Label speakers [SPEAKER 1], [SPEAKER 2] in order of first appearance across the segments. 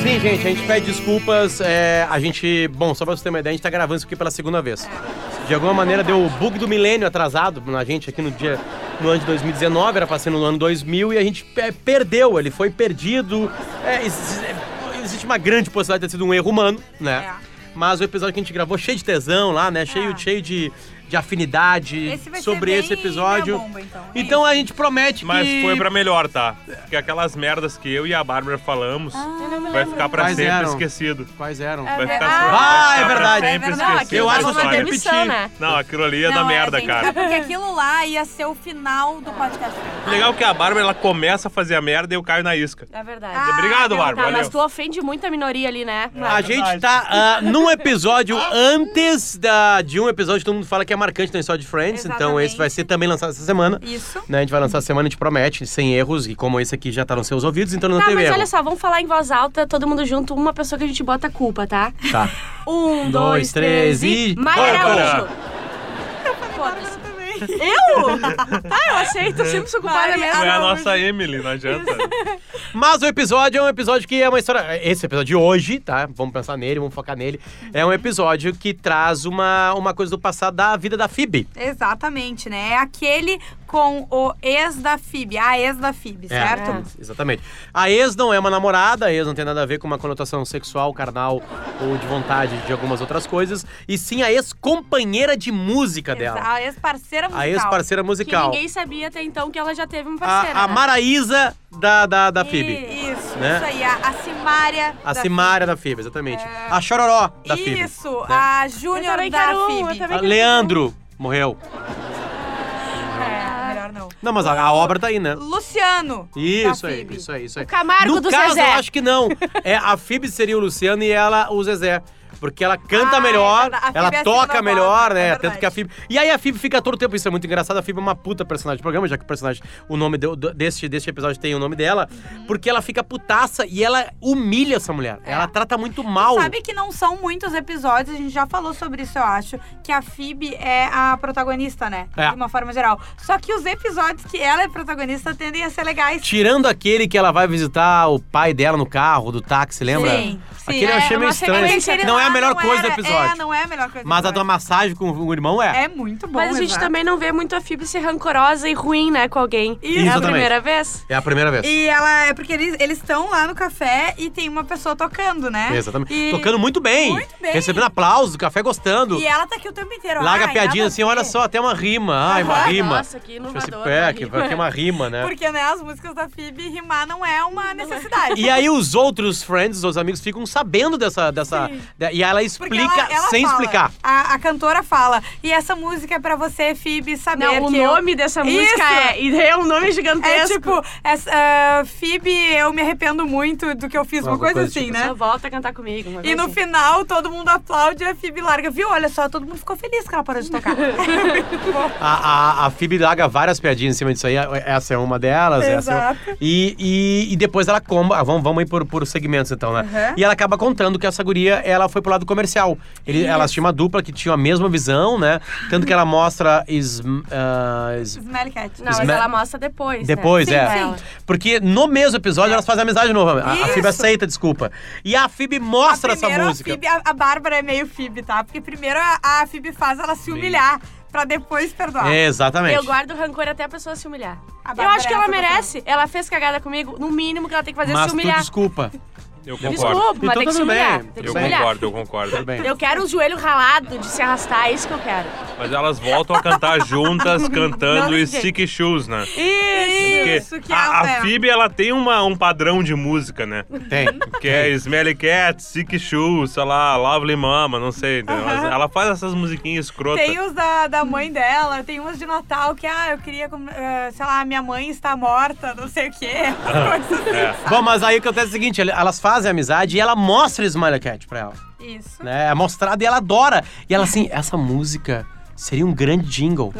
[SPEAKER 1] Enfim, gente, a gente pede desculpas. é, a gente, bom, só pra você ter uma ideia, a gente tá gravando isso aqui pela segunda vez. De alguma maneira deu o bug do milênio atrasado na gente aqui no dia no ano de 2019, era pra ser no ano 2000 e a gente é, perdeu, ele foi perdido. É, ex- é, existe uma grande possibilidade de ter sido um erro humano, né?
[SPEAKER 2] É.
[SPEAKER 1] Mas o episódio que a gente gravou cheio de tesão lá, né? Cheio,
[SPEAKER 2] É.
[SPEAKER 1] cheio de, de afinidade
[SPEAKER 2] Esse vai ser
[SPEAKER 1] sobre
[SPEAKER 2] bem
[SPEAKER 1] esse episódio.
[SPEAKER 2] minha bomba, então. É
[SPEAKER 1] Então a gente promete
[SPEAKER 3] Mas
[SPEAKER 1] que
[SPEAKER 3] foi pra melhor, tá? Porque aquelas merdas que eu e a Bárbara falamos vai ficar pra
[SPEAKER 1] Mas
[SPEAKER 3] sempre
[SPEAKER 1] eram.
[SPEAKER 3] esquecido.
[SPEAKER 1] quais eram?
[SPEAKER 3] Vai ficar,
[SPEAKER 2] verdade.
[SPEAKER 3] sempre-
[SPEAKER 1] Ah,
[SPEAKER 3] vai
[SPEAKER 1] é
[SPEAKER 3] ficar pra
[SPEAKER 1] verdade.
[SPEAKER 3] sempre
[SPEAKER 2] É verdade.
[SPEAKER 3] esquecido
[SPEAKER 1] Eu acho
[SPEAKER 3] essa
[SPEAKER 1] que você
[SPEAKER 3] história.
[SPEAKER 1] tem que repetir.
[SPEAKER 4] né?
[SPEAKER 3] Não, aquilo ali é da
[SPEAKER 2] Não,
[SPEAKER 3] merda,
[SPEAKER 2] gente, É
[SPEAKER 3] cara.
[SPEAKER 2] porque aquilo lá ia ser o final do podcast.
[SPEAKER 3] Legal que a Bárbara ela começa a fazer a merda e eu caio na isca.
[SPEAKER 4] É verdade.
[SPEAKER 2] Ah,
[SPEAKER 3] Obrigado,
[SPEAKER 2] é
[SPEAKER 3] Bárbara.
[SPEAKER 4] Tá, mas
[SPEAKER 3] Valeu.
[SPEAKER 4] tu ofende muita minoria ali, né?
[SPEAKER 1] A gente tá ah, num episódio
[SPEAKER 4] Ah.
[SPEAKER 1] antes da, de um episódio que todo mundo fala que é marcante na história de Friends. Então
[SPEAKER 2] Exatamente.
[SPEAKER 1] esse vai ser também lançado essa semana.
[SPEAKER 2] Isso.
[SPEAKER 1] Né, a gente vai lançar essa semana, a gente promete, sem erros. E como esse aqui já tá nos seus ouvidos, então não
[SPEAKER 4] Tá,
[SPEAKER 1] teve
[SPEAKER 4] mas
[SPEAKER 1] erro.
[SPEAKER 4] olha só, vamos falar em voz alta, todo mundo junto, uma pessoa que a gente bota a culpa, tá?
[SPEAKER 1] Tá.
[SPEAKER 4] Um,
[SPEAKER 1] Dois,
[SPEAKER 4] dois,
[SPEAKER 1] três
[SPEAKER 4] três
[SPEAKER 1] e-
[SPEAKER 4] e... Maia
[SPEAKER 3] Bárbara.
[SPEAKER 4] Araújo! Foda-se. Eu? Tá, eu aceito, sempre sou culpada
[SPEAKER 2] Vai,
[SPEAKER 4] mesmo.
[SPEAKER 3] Tu é a nossa Emily, não adianta.
[SPEAKER 1] Mas o episódio é um episódio que é uma história. Esse episódio de hoje, tá? Vamos pensar nele, vamos focar nele. É um episódio que traz uma, uma coisa do passado da vida da Phoebe.
[SPEAKER 2] Exatamente, né? É aquele com o ex da FIB, a ex da FIB, certo?
[SPEAKER 1] É, exatamente. A ex não é uma namorada, a ex não tem nada a ver com uma conotação sexual, carnal ou de vontade de algumas outras coisas. E sim a ex-companheira de música
[SPEAKER 2] Exa-
[SPEAKER 1] dela.
[SPEAKER 2] A ex-parceira musical. é
[SPEAKER 1] A ex-parceira
[SPEAKER 4] Que
[SPEAKER 1] musical.
[SPEAKER 4] ninguém sabia até então que ela já teve um parceiro.
[SPEAKER 1] A, a Maraísa da, da, da Phoebe.
[SPEAKER 2] né? Isso,
[SPEAKER 1] Né?
[SPEAKER 2] isso aí. A, a Simária.
[SPEAKER 1] A
[SPEAKER 2] da
[SPEAKER 1] Simária da Phoebe, exatamente. A Chororó da
[SPEAKER 2] Phoebe.
[SPEAKER 1] Phoebe. né?
[SPEAKER 2] Isso, a Júnior
[SPEAKER 4] também
[SPEAKER 2] da
[SPEAKER 4] quero um, eu
[SPEAKER 2] FIB.
[SPEAKER 4] também-
[SPEAKER 1] A Leandro morreu.
[SPEAKER 2] É, melhor não.
[SPEAKER 1] Não, mas a, a obra tá aí, né?
[SPEAKER 2] Luciano.
[SPEAKER 1] Isso
[SPEAKER 2] da
[SPEAKER 1] aí,
[SPEAKER 2] Phoebe.
[SPEAKER 1] isso aí, isso aí.
[SPEAKER 4] Camargo
[SPEAKER 1] no
[SPEAKER 4] do
[SPEAKER 1] caso,
[SPEAKER 4] Zezé.
[SPEAKER 1] eu acho que não. É, a Phoebe seria o Luciano e ela o Zezé. Porque ela canta
[SPEAKER 2] Ah, é
[SPEAKER 1] melhor,
[SPEAKER 2] verdade. A Phoebe
[SPEAKER 1] ela
[SPEAKER 2] é a
[SPEAKER 1] toca
[SPEAKER 2] segunda
[SPEAKER 1] melhor,
[SPEAKER 2] voz,
[SPEAKER 1] né?
[SPEAKER 2] é
[SPEAKER 1] Tanto
[SPEAKER 2] verdade.
[SPEAKER 1] que a Phoebe... E aí a Phoebe fica todo o tempo, isso é muito engraçado, a Phoebe é uma puta personagem do programa, já que o personagem, o nome do- do- deste, deste episódio tem o nome dela, porque ela fica putaça e ela humilha essa mulher. Ela trata muito mal.
[SPEAKER 2] É. Sabe que não são muitos episódios, a gente já falou sobre isso, eu acho, que a Phoebe é a protagonista, né?
[SPEAKER 1] É.
[SPEAKER 2] De uma forma geral. Só que os episódios que ela é protagonista tendem a ser legais.
[SPEAKER 1] Tirando aquele que ela vai visitar o pai dela no carro, do táxi, lembra?
[SPEAKER 2] Sim, sim.
[SPEAKER 1] Aquele eu
[SPEAKER 2] É,
[SPEAKER 1] achei meio
[SPEAKER 4] uma sequência
[SPEAKER 1] estranho.
[SPEAKER 2] Aquele
[SPEAKER 1] Não é a
[SPEAKER 2] lá
[SPEAKER 1] melhor
[SPEAKER 2] não
[SPEAKER 1] coisa do
[SPEAKER 2] era-
[SPEAKER 1] episódio.
[SPEAKER 2] É, não é a melhor coisa
[SPEAKER 1] Mas
[SPEAKER 2] do
[SPEAKER 1] a da
[SPEAKER 2] episódio.
[SPEAKER 1] massagem com o irmão
[SPEAKER 2] É muito bom,
[SPEAKER 4] Mas a gente
[SPEAKER 2] exato.
[SPEAKER 4] também não vê muito a Phoebe ser rancorosa e ruim, né, com alguém.
[SPEAKER 1] Isso.
[SPEAKER 4] É a
[SPEAKER 1] Exatamente.
[SPEAKER 4] primeira vez?
[SPEAKER 1] É a primeira vez.
[SPEAKER 2] E ela é porque eles eles estão lá no café e tem uma pessoa tocando, né?
[SPEAKER 1] Exatamente.
[SPEAKER 2] E-
[SPEAKER 1] Tocando muito bem.
[SPEAKER 2] Muito bem.
[SPEAKER 1] Recebendo aplausos, café gostando.
[SPEAKER 2] E ela tá aqui o tempo inteiro.
[SPEAKER 1] Larga
[SPEAKER 2] Ai,
[SPEAKER 1] piadinha
[SPEAKER 2] nada
[SPEAKER 1] assim,
[SPEAKER 2] a
[SPEAKER 1] olha
[SPEAKER 2] ver.
[SPEAKER 1] só, até uma rima. Ai, uma
[SPEAKER 4] Aham.
[SPEAKER 1] rima.
[SPEAKER 4] Nossa, que
[SPEAKER 1] Tipo assim,
[SPEAKER 4] inovador,
[SPEAKER 1] é,
[SPEAKER 4] uma
[SPEAKER 1] que,
[SPEAKER 4] rima.
[SPEAKER 1] que é uma rima, né?
[SPEAKER 2] Porque, né, as músicas da Phoebe rimar não é uma necessidade.
[SPEAKER 1] E aí os outros friends, os outros amigos ficam sabendo dessa... dessa da- e ela
[SPEAKER 2] Porque
[SPEAKER 1] explica
[SPEAKER 2] ela- ela
[SPEAKER 1] sem
[SPEAKER 2] fala,
[SPEAKER 1] explicar.
[SPEAKER 2] A, a cantora fala, e essa música é pra você, Phoebe, saber
[SPEAKER 4] Não, o
[SPEAKER 2] que eu-"
[SPEAKER 4] nome dessa
[SPEAKER 2] Isso.
[SPEAKER 4] música é... E é um nome
[SPEAKER 2] É
[SPEAKER 4] gigantesco.
[SPEAKER 2] tipo, essa, ah, Phoebe, eu me arrependo muito do que eu fiz, uma,
[SPEAKER 1] Alguma
[SPEAKER 2] coisa,
[SPEAKER 1] coisa
[SPEAKER 2] assim,
[SPEAKER 1] tipo
[SPEAKER 2] né?
[SPEAKER 4] Só volta a cantar comigo. uma
[SPEAKER 2] E
[SPEAKER 4] vez
[SPEAKER 2] no
[SPEAKER 4] assim.
[SPEAKER 2] final, todo mundo aplaude e a Phoebe larga. Viu? Olha só, todo mundo ficou feliz que ela parou de tocar. É,
[SPEAKER 1] A, a, a Phoebe larga várias piadinhas em cima disso aí. Essa é uma delas. Essa é uma-
[SPEAKER 2] Exato.
[SPEAKER 1] e, e, e depois ela comba. ah, Vamos, vamos ir por, por segmentos então, né?
[SPEAKER 2] Uhum.
[SPEAKER 1] E ela acaba contando que essa guria ela foi pro lado comercial. Ele, ela tinha uma dupla que tinha a mesma visão, né? Tanto que ela mostra. Sm, ah, s-
[SPEAKER 2] Smelly Cat.
[SPEAKER 4] Não, mas
[SPEAKER 1] Esme-
[SPEAKER 4] ela mostra depois. né?
[SPEAKER 1] depois,
[SPEAKER 4] Sim, É.
[SPEAKER 1] é.
[SPEAKER 4] ela.
[SPEAKER 1] Porque no mesmo episódio elas fazem amizade de novo. A, a Phoebe
[SPEAKER 2] Isso.
[SPEAKER 1] aceita, desculpa. E a Phoebe
[SPEAKER 4] é
[SPEAKER 1] mostra essa
[SPEAKER 2] primeiro a
[SPEAKER 1] música.
[SPEAKER 2] Phoebe- a, a Bárbara é meio Phoebe, tá? Porque primeiro a, a Phoebe faz ela se humilhar pra depois
[SPEAKER 4] é
[SPEAKER 1] É,
[SPEAKER 2] perdoar.
[SPEAKER 1] Exatamente.
[SPEAKER 4] Eu guardo rancor até a pessoa se humilhar.
[SPEAKER 2] A
[SPEAKER 4] Eu
[SPEAKER 2] Bárbara
[SPEAKER 4] acho que ela
[SPEAKER 2] é essa
[SPEAKER 4] merece. Ela fez cagada comigo. No mínimo que ela tem que fazer é
[SPEAKER 1] Mas
[SPEAKER 4] se
[SPEAKER 1] tu
[SPEAKER 4] humilhar.
[SPEAKER 1] desculpa.
[SPEAKER 3] Eu concordo.
[SPEAKER 4] Desculpa, mas
[SPEAKER 1] Então
[SPEAKER 4] tem que
[SPEAKER 1] tudo
[SPEAKER 4] se humilhar.
[SPEAKER 1] bem,
[SPEAKER 4] Tem que
[SPEAKER 3] Eu
[SPEAKER 4] se humilhar.
[SPEAKER 3] concordo, eu concordo.
[SPEAKER 1] Tudo bem.
[SPEAKER 4] Eu quero o joelho ralado de se arrastar, é isso que eu quero.
[SPEAKER 3] Mas elas voltam a cantar juntas, cantando
[SPEAKER 4] Não,
[SPEAKER 3] e
[SPEAKER 4] gente.
[SPEAKER 3] Stick Shoes, né? Porque
[SPEAKER 2] Isso, que
[SPEAKER 3] a,
[SPEAKER 2] é,
[SPEAKER 3] a Phoebe, ela tem uma, um padrão de música, né?
[SPEAKER 1] Tem.
[SPEAKER 3] Que é Smelly Cat, Sick Shoes, sei lá, Lovely Mama, não sei. entendeu? Mas Ela faz essas musiquinhas escrotas.
[SPEAKER 2] Tem os da, da mãe dela, tem uns de Natal que, ah, eu queria, com- eh, sei lá, minha mãe está morta, não sei o quê.
[SPEAKER 3] É.
[SPEAKER 1] Bom, mas aí o que acontece é o seguinte: ele- elas fazem amizade e ela mostra Smiley Cat pra ela.
[SPEAKER 2] assim. Isso.
[SPEAKER 1] né? É mostrado e ela adora. E ela assim, essa música seria um grande jingle.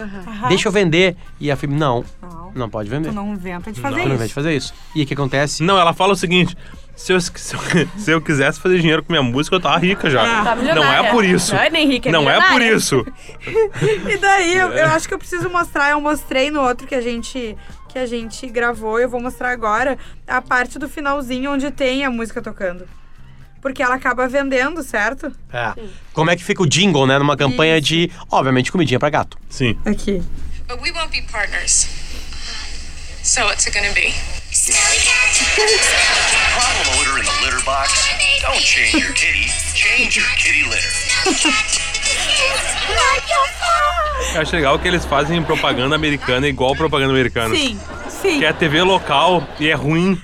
[SPEAKER 1] Deixa eu vender. E a Phoebe, não,
[SPEAKER 2] Ah, Não,
[SPEAKER 1] não pode vender.
[SPEAKER 2] tu
[SPEAKER 1] Tu
[SPEAKER 2] não inventa de
[SPEAKER 1] não
[SPEAKER 2] fazer
[SPEAKER 1] inventa de
[SPEAKER 2] isso.
[SPEAKER 1] fazer isso. E o que acontece?
[SPEAKER 3] Não, ela fala o seguinte. Se eu, se, eu, se eu quisesse fazer dinheiro com minha música, eu tava rica já.
[SPEAKER 4] Tá
[SPEAKER 3] não
[SPEAKER 4] milionária.
[SPEAKER 3] é por isso.
[SPEAKER 4] Não é nem rica, é
[SPEAKER 3] Não é por
[SPEAKER 4] milionária.
[SPEAKER 3] isso.
[SPEAKER 2] E daí, eu, eu acho que eu preciso mostrar, eu mostrei no outro que a gente que a gente gravou, eu vou mostrar agora a parte do finalzinho onde tem a música tocando. Porque ela acaba vendendo, certo?
[SPEAKER 1] É. Como é que fica o jingle, né? Numa campanha de, obviamente, comidinha pra gato.
[SPEAKER 3] Sim.
[SPEAKER 2] Aqui.
[SPEAKER 5] But we won't be partners. So what's it gonna be?
[SPEAKER 6] Problem of litter in the litter box? Don't change your kitty. Change your kitty litter.
[SPEAKER 3] Eu acho legal que eles fazem propaganda americana igual propaganda americana.
[SPEAKER 2] Sim, sim.
[SPEAKER 3] Que é TV local e é ruim.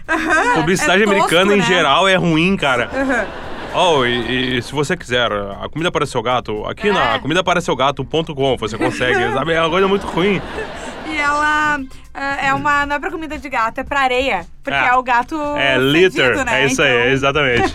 [SPEAKER 3] Publicidade
[SPEAKER 2] é tosco,
[SPEAKER 3] americana em
[SPEAKER 2] né?
[SPEAKER 3] geral é ruim, cara.
[SPEAKER 2] Aham.
[SPEAKER 3] Oh, e, e se você quiser a comida para seu gato, aqui na
[SPEAKER 2] É.
[SPEAKER 3] comida para seu gato.com você consegue, sabe? É uma coisa muito ruim.
[SPEAKER 2] E ela ah, é uma. Não é pra comida de gato, é pra areia. Porque
[SPEAKER 3] É.
[SPEAKER 2] é, o gato.
[SPEAKER 3] É
[SPEAKER 2] fedido,
[SPEAKER 3] litter,
[SPEAKER 2] né?
[SPEAKER 3] é isso
[SPEAKER 2] Então-
[SPEAKER 3] aí, exatamente.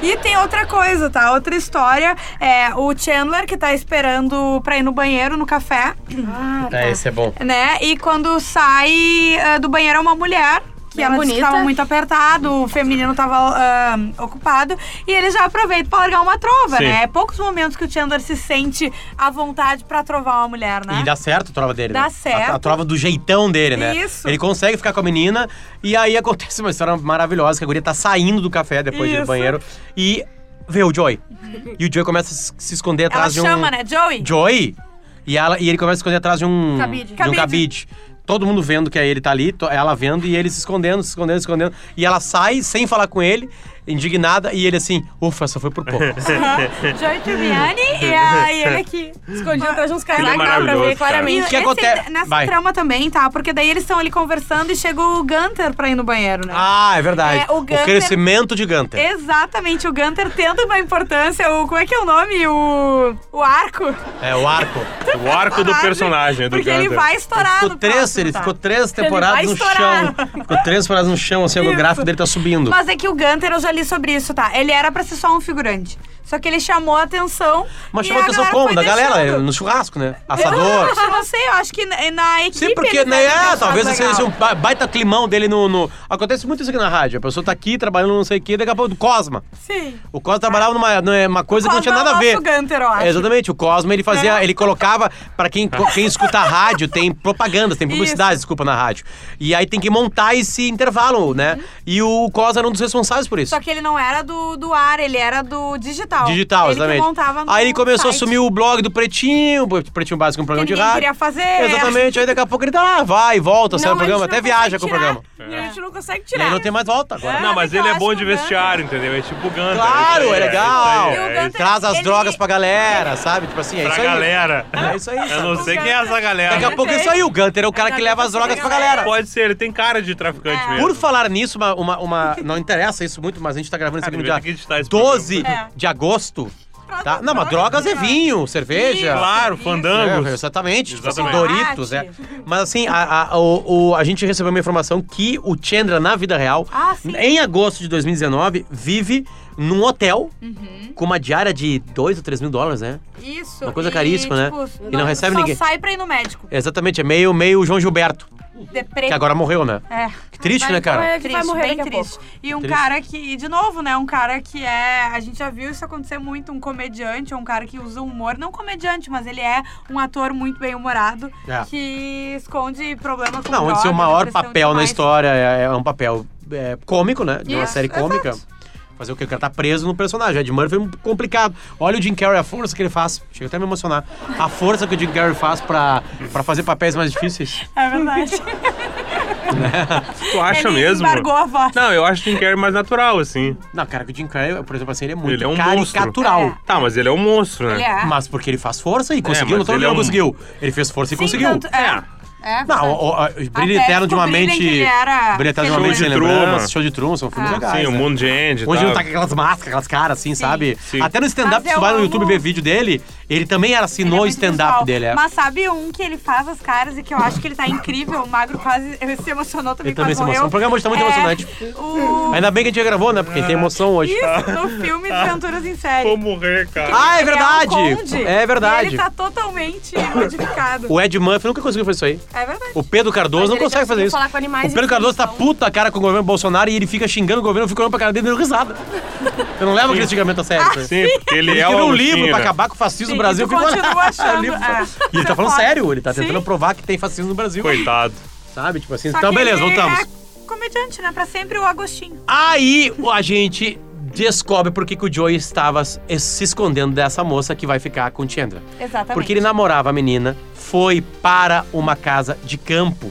[SPEAKER 2] E tem outra coisa, tá? Outra história. É o Chandler que tá esperando pra ir no banheiro, no café, Ah,
[SPEAKER 1] É, esse é bom.
[SPEAKER 2] né? E quando sai ah, do banheiro é uma mulher. Que
[SPEAKER 4] Bem
[SPEAKER 2] ela disse que
[SPEAKER 4] bonita.
[SPEAKER 2] tava muito apertado, o feminino tava ah, ocupado. E ele já aproveita pra largar uma trova,
[SPEAKER 3] Sim.
[SPEAKER 2] né? É poucos momentos que o Chandler se sente à vontade pra trovar uma mulher, né?
[SPEAKER 1] E dá certo a trova dele,
[SPEAKER 2] Dá
[SPEAKER 1] né?
[SPEAKER 2] certo.
[SPEAKER 1] A, a trova do jeitão dele, né?
[SPEAKER 2] Isso.
[SPEAKER 1] Ele consegue ficar com a menina e aí acontece uma história maravilhosa que a guria tá saindo do café depois de ir no
[SPEAKER 2] Isso.
[SPEAKER 1] banheiro e vê o Joy. E o Joy começa a se- se esconder
[SPEAKER 2] Ela
[SPEAKER 1] atrás de um...
[SPEAKER 2] chama, né? Joey?
[SPEAKER 1] Joy? E, ela, e ele começa a se esconder atrás de um...
[SPEAKER 4] Cabide.
[SPEAKER 1] De um
[SPEAKER 2] Cabide.
[SPEAKER 1] cabide. Todo mundo vendo que é ele tá ali, to- ela vendo e ele se escondendo, se escondendo, se escondendo. E ela sai sem falar com ele, indignada, e ele assim, ufa, só foi por pouco.
[SPEAKER 2] Aham. Joey Tribbiani e a- e ele aqui.
[SPEAKER 4] Escondido atrás de uns
[SPEAKER 3] Ele é
[SPEAKER 4] casacos, dá pra
[SPEAKER 3] maravilhoso, cara.
[SPEAKER 4] ver claramente.
[SPEAKER 1] O que acontece-
[SPEAKER 2] Nessa
[SPEAKER 1] Vai.
[SPEAKER 2] trama também, tá? Porque daí eles estão ali conversando e chega o Gunter pra ir no banheiro, né?
[SPEAKER 1] ah, é verdade.
[SPEAKER 2] É, o Gunther-
[SPEAKER 1] crescimento de Gunter.
[SPEAKER 2] Exatamente, o Gunter tendo uma importância, o, como é que é o nome? O, o arco.
[SPEAKER 1] É, o arco.
[SPEAKER 3] O arco do personagem do
[SPEAKER 2] Porque ele
[SPEAKER 3] Gunter.
[SPEAKER 2] vai estourar
[SPEAKER 1] Ficou
[SPEAKER 2] no
[SPEAKER 1] três,
[SPEAKER 2] próximo,
[SPEAKER 1] ele
[SPEAKER 2] tá?
[SPEAKER 1] ficou três
[SPEAKER 2] ele
[SPEAKER 1] temporadas
[SPEAKER 2] vai
[SPEAKER 1] no chão.
[SPEAKER 2] estourar.
[SPEAKER 1] Ficou três temporadas no chão, assim, o
[SPEAKER 2] Isso.
[SPEAKER 1] gráfico dele tá subindo.
[SPEAKER 2] Mas é que o Gunter, eu já li sobre isso, tá? Ele era pra ser só um figurante. Só que ele chamou a atenção.
[SPEAKER 1] Mas
[SPEAKER 2] e
[SPEAKER 1] chamou
[SPEAKER 2] a
[SPEAKER 1] atenção
[SPEAKER 2] galera
[SPEAKER 1] como?
[SPEAKER 2] foi
[SPEAKER 1] Da galera,
[SPEAKER 2] deixando.
[SPEAKER 1] no churrasco, né?
[SPEAKER 2] Eu
[SPEAKER 1] Assador.
[SPEAKER 2] acho, não sei, eu acho que na, na equipe.
[SPEAKER 1] Sim, porque,
[SPEAKER 2] eles
[SPEAKER 1] né?
[SPEAKER 2] devem ter
[SPEAKER 1] É,
[SPEAKER 2] achado
[SPEAKER 1] talvez esse
[SPEAKER 2] legal.
[SPEAKER 1] seja um ba- baita climão dele no, no- Acontece muito isso aqui na rádio. A pessoa tá aqui trabalhando não sei o quê, daqui a pouco do Cosma.
[SPEAKER 2] Sim.
[SPEAKER 1] O Cosma trabalhava numa, numa coisa que não
[SPEAKER 2] Cosma
[SPEAKER 1] tinha
[SPEAKER 2] é o
[SPEAKER 1] nada a ver.
[SPEAKER 2] nosso Gunter, eu acho.
[SPEAKER 1] É, Exatamente, o Cosma ele fazia,
[SPEAKER 2] É.
[SPEAKER 1] ele colocava pra quem quem escuta a rádio, tem propagandas, tem publicidade, desculpa na rádio. E aí tem que montar esse intervalo, né? E o Cosma era um dos responsáveis por isso.
[SPEAKER 2] Só que ele não era do, do ar, ele era do digital.
[SPEAKER 1] Digital,
[SPEAKER 2] ele
[SPEAKER 1] exatamente.
[SPEAKER 2] Que montava no
[SPEAKER 1] aí ele começou
[SPEAKER 2] site,
[SPEAKER 1] a assumir o blog do Pretinho, o Pretinho Básico, um
[SPEAKER 2] que
[SPEAKER 1] programa de
[SPEAKER 2] ninguém
[SPEAKER 1] rádio.
[SPEAKER 2] queria fazer.
[SPEAKER 1] Exatamente, aí daqui a pouco ele tá lá, vai, volta, sai
[SPEAKER 2] Não,
[SPEAKER 1] do é programa,
[SPEAKER 2] a gente
[SPEAKER 1] até
[SPEAKER 2] não
[SPEAKER 1] viaja
[SPEAKER 2] consegue
[SPEAKER 1] com o
[SPEAKER 2] tirar.
[SPEAKER 1] programa.
[SPEAKER 2] E A gente não consegue
[SPEAKER 1] E aí
[SPEAKER 2] tirar.
[SPEAKER 1] não tem mais volta agora.
[SPEAKER 2] É.
[SPEAKER 3] Não, mas ele é bom de
[SPEAKER 2] Eu acho que o
[SPEAKER 3] vestiário, entendeu? É tipo o Gunter.
[SPEAKER 1] Claro,
[SPEAKER 3] isso aí,
[SPEAKER 1] é legal.
[SPEAKER 3] isso aí,
[SPEAKER 2] E o
[SPEAKER 3] é isso aí.
[SPEAKER 2] Gunter-
[SPEAKER 1] Traz as
[SPEAKER 2] Ele-
[SPEAKER 1] drogas pra galera, sabe? Tipo assim, é
[SPEAKER 3] Pra
[SPEAKER 1] isso aí.
[SPEAKER 3] galera.
[SPEAKER 1] É isso aí,
[SPEAKER 3] Eu não
[SPEAKER 1] sabe?
[SPEAKER 3] sei quem é essa galera.
[SPEAKER 1] Daqui a pouco é isso aí, o Gunter é o cara que leva as drogas pra galera.
[SPEAKER 3] Pode ser, ele tem cara de traficante
[SPEAKER 2] É.
[SPEAKER 3] mesmo.
[SPEAKER 1] Por falar nisso, uma, uma, uma- não interessa isso muito, mas a gente tá gravando isso
[SPEAKER 3] Cara,
[SPEAKER 1] aqui no
[SPEAKER 3] devia ter que
[SPEAKER 1] dia
[SPEAKER 3] editar esse
[SPEAKER 1] 12
[SPEAKER 2] programa.
[SPEAKER 1] de agosto. Tá?
[SPEAKER 2] Drogas,
[SPEAKER 1] Não, mas drogas é
[SPEAKER 2] É. drogas.
[SPEAKER 1] vinho, cerveja.
[SPEAKER 3] Claro, fandangos.
[SPEAKER 1] É, exatamente, tipo assim,
[SPEAKER 3] Exatamente.
[SPEAKER 1] Doritos, é. Mas assim, a, a, o, o- a gente recebeu uma informação que o Chandra, na vida real,
[SPEAKER 2] Ah, sim.
[SPEAKER 1] em agosto de 2019, vive num hotel
[SPEAKER 2] Uhum.
[SPEAKER 1] com uma diária de 2 ou 3 mil dólares, né?
[SPEAKER 2] Isso.
[SPEAKER 1] Uma coisa
[SPEAKER 2] e,
[SPEAKER 1] caríssima, né?
[SPEAKER 2] tipo,
[SPEAKER 1] E não recebe
[SPEAKER 2] só
[SPEAKER 1] ninguém.
[SPEAKER 2] sai pra ir no médico.
[SPEAKER 1] Exatamente, é meio, meio João Gilberto,
[SPEAKER 2] Deprê.
[SPEAKER 1] que agora morreu, né?
[SPEAKER 2] É.
[SPEAKER 1] Que triste, né, cara?
[SPEAKER 4] morrer.
[SPEAKER 2] Triste,
[SPEAKER 4] É Vai morrer
[SPEAKER 2] bem
[SPEAKER 4] daqui a
[SPEAKER 2] triste. E um
[SPEAKER 1] Triste.
[SPEAKER 2] cara que, e de novo, né? Um cara que é. A gente já viu isso acontecer muito, um comediante, ou um cara que usa humor. Não comediante, mas ele é um ator muito bem humorado
[SPEAKER 1] É.
[SPEAKER 2] que esconde problemas com
[SPEAKER 1] Não, onde
[SPEAKER 2] droga,
[SPEAKER 1] seu maior
[SPEAKER 2] depressão e
[SPEAKER 1] papel
[SPEAKER 2] tudo
[SPEAKER 1] na
[SPEAKER 2] mais.
[SPEAKER 1] história é, é um papel é, cômico, né? De uma
[SPEAKER 2] Isso,
[SPEAKER 1] série cômica. Fazer o quê? O cara tá preso no personagem. Ed Murphy é um- complicado. Olha o Jim Carrey, a força que ele faz. Chega até a me emocionar. A força que o Jim Carrey faz pra, pra fazer papéis mais difíceis.
[SPEAKER 2] É verdade.
[SPEAKER 3] Tu acha
[SPEAKER 2] ele
[SPEAKER 3] mesmo?
[SPEAKER 2] embargou a voz.
[SPEAKER 3] Não, eu acho o Jim Carrey é mais natural, assim.
[SPEAKER 1] Não, cara, que o Jim Carrey, por exemplo, assim, ele é muito
[SPEAKER 3] Ele é um
[SPEAKER 1] caricatural.
[SPEAKER 2] monstro.
[SPEAKER 3] Tá, mas ele é um monstro, né?
[SPEAKER 2] Ele é.
[SPEAKER 1] Mas porque ele faz força e conseguiu.
[SPEAKER 3] mas
[SPEAKER 1] não tô
[SPEAKER 3] ele
[SPEAKER 1] dizendo
[SPEAKER 3] é
[SPEAKER 1] que
[SPEAKER 3] um-
[SPEAKER 1] conseguiu. Ele fez força e conseguiu.
[SPEAKER 2] tanto- é. É.
[SPEAKER 1] Não, o, o- o Brilho
[SPEAKER 2] Até
[SPEAKER 1] Eterno de uma
[SPEAKER 2] descobrirem
[SPEAKER 1] mente.
[SPEAKER 2] que ele era Ah.
[SPEAKER 1] Brilho Eterno de
[SPEAKER 2] Show
[SPEAKER 1] uma mente
[SPEAKER 2] de
[SPEAKER 1] sem
[SPEAKER 3] Truman.
[SPEAKER 1] lembrança. Show de Truman, são filmes
[SPEAKER 2] é.
[SPEAKER 1] legais.
[SPEAKER 3] Sim, o
[SPEAKER 1] né?
[SPEAKER 3] mundo de Andy.
[SPEAKER 1] Hoje
[SPEAKER 3] tá.
[SPEAKER 1] não tá com aquelas máscaras, aquelas caras assim, sabe?
[SPEAKER 3] Sim.
[SPEAKER 1] Até no stand-up,
[SPEAKER 2] Mas
[SPEAKER 1] se tu vai no
[SPEAKER 2] eu
[SPEAKER 1] YouTube
[SPEAKER 2] amo-
[SPEAKER 1] ver vídeo dele, ele também era assim
[SPEAKER 2] Ele é
[SPEAKER 1] no
[SPEAKER 2] muito
[SPEAKER 1] stand-up
[SPEAKER 2] visual.
[SPEAKER 1] dele. É.
[SPEAKER 2] Mas sabe um que ele faz as caras e que eu acho que ele tá incrível? O Magro quase ele se emocionou também
[SPEAKER 1] Ele também
[SPEAKER 2] quase
[SPEAKER 1] se emocionou.
[SPEAKER 2] morreu. É
[SPEAKER 1] O programa hoje tá muito emocionante.
[SPEAKER 2] O...
[SPEAKER 1] Ainda bem que a gente gravou, né? Porque tem emoção hoje.
[SPEAKER 2] Isso, no filme Desventuras em Série.
[SPEAKER 3] Vou morrer, cara.
[SPEAKER 1] Ah, é
[SPEAKER 2] Ele
[SPEAKER 1] verdade!
[SPEAKER 2] um conde,
[SPEAKER 1] É verdade.
[SPEAKER 2] e ele tá totalmente modificado.
[SPEAKER 1] O Ed Murphy nunca conseguiu fazer isso aí.
[SPEAKER 2] É verdade.
[SPEAKER 1] O Pedro Cardoso
[SPEAKER 4] Mas
[SPEAKER 1] não
[SPEAKER 4] ele
[SPEAKER 1] consegue fazer
[SPEAKER 4] conseguiu
[SPEAKER 1] isso.
[SPEAKER 4] falar com animais
[SPEAKER 1] o Pedro
[SPEAKER 4] em
[SPEAKER 1] Cardoso tá
[SPEAKER 4] extinção.
[SPEAKER 1] puta a cara com o governo Bolsonaro e ele fica xingando o governo, eu fico olhando pra cara dele e dando risada. Eu não levo aquele xingamento a sério. sabe?
[SPEAKER 3] Sim, porque ele,
[SPEAKER 1] Ele
[SPEAKER 3] é
[SPEAKER 1] escreveu
[SPEAKER 3] o
[SPEAKER 1] um livro pra
[SPEAKER 3] China.
[SPEAKER 1] acabar com o fascismo
[SPEAKER 2] Ah, Sim,
[SPEAKER 1] no Brasil.
[SPEAKER 2] e
[SPEAKER 1] eu
[SPEAKER 2] tu
[SPEAKER 1] fico-
[SPEAKER 2] continua achando,
[SPEAKER 1] O livro-
[SPEAKER 2] é.
[SPEAKER 1] E ele tá
[SPEAKER 2] Isso é
[SPEAKER 1] falando
[SPEAKER 2] foda.
[SPEAKER 1] sério, ele tá
[SPEAKER 2] Sim.
[SPEAKER 1] tentando provar que tem fascismo no Brasil.
[SPEAKER 3] Coitado.
[SPEAKER 1] Sabe? Tipo assim,
[SPEAKER 2] Só
[SPEAKER 1] então
[SPEAKER 2] que
[SPEAKER 1] beleza,
[SPEAKER 2] ele
[SPEAKER 1] voltamos.
[SPEAKER 2] É comediante, né? Pra sempre o Agostinho.
[SPEAKER 1] Aí o- a gente descobre por que que o Joey estava s- se escondendo dessa moça que vai ficar com o Chandra.
[SPEAKER 2] Exatamente.
[SPEAKER 1] Porque ele namorava a menina, foi para uma casa de campo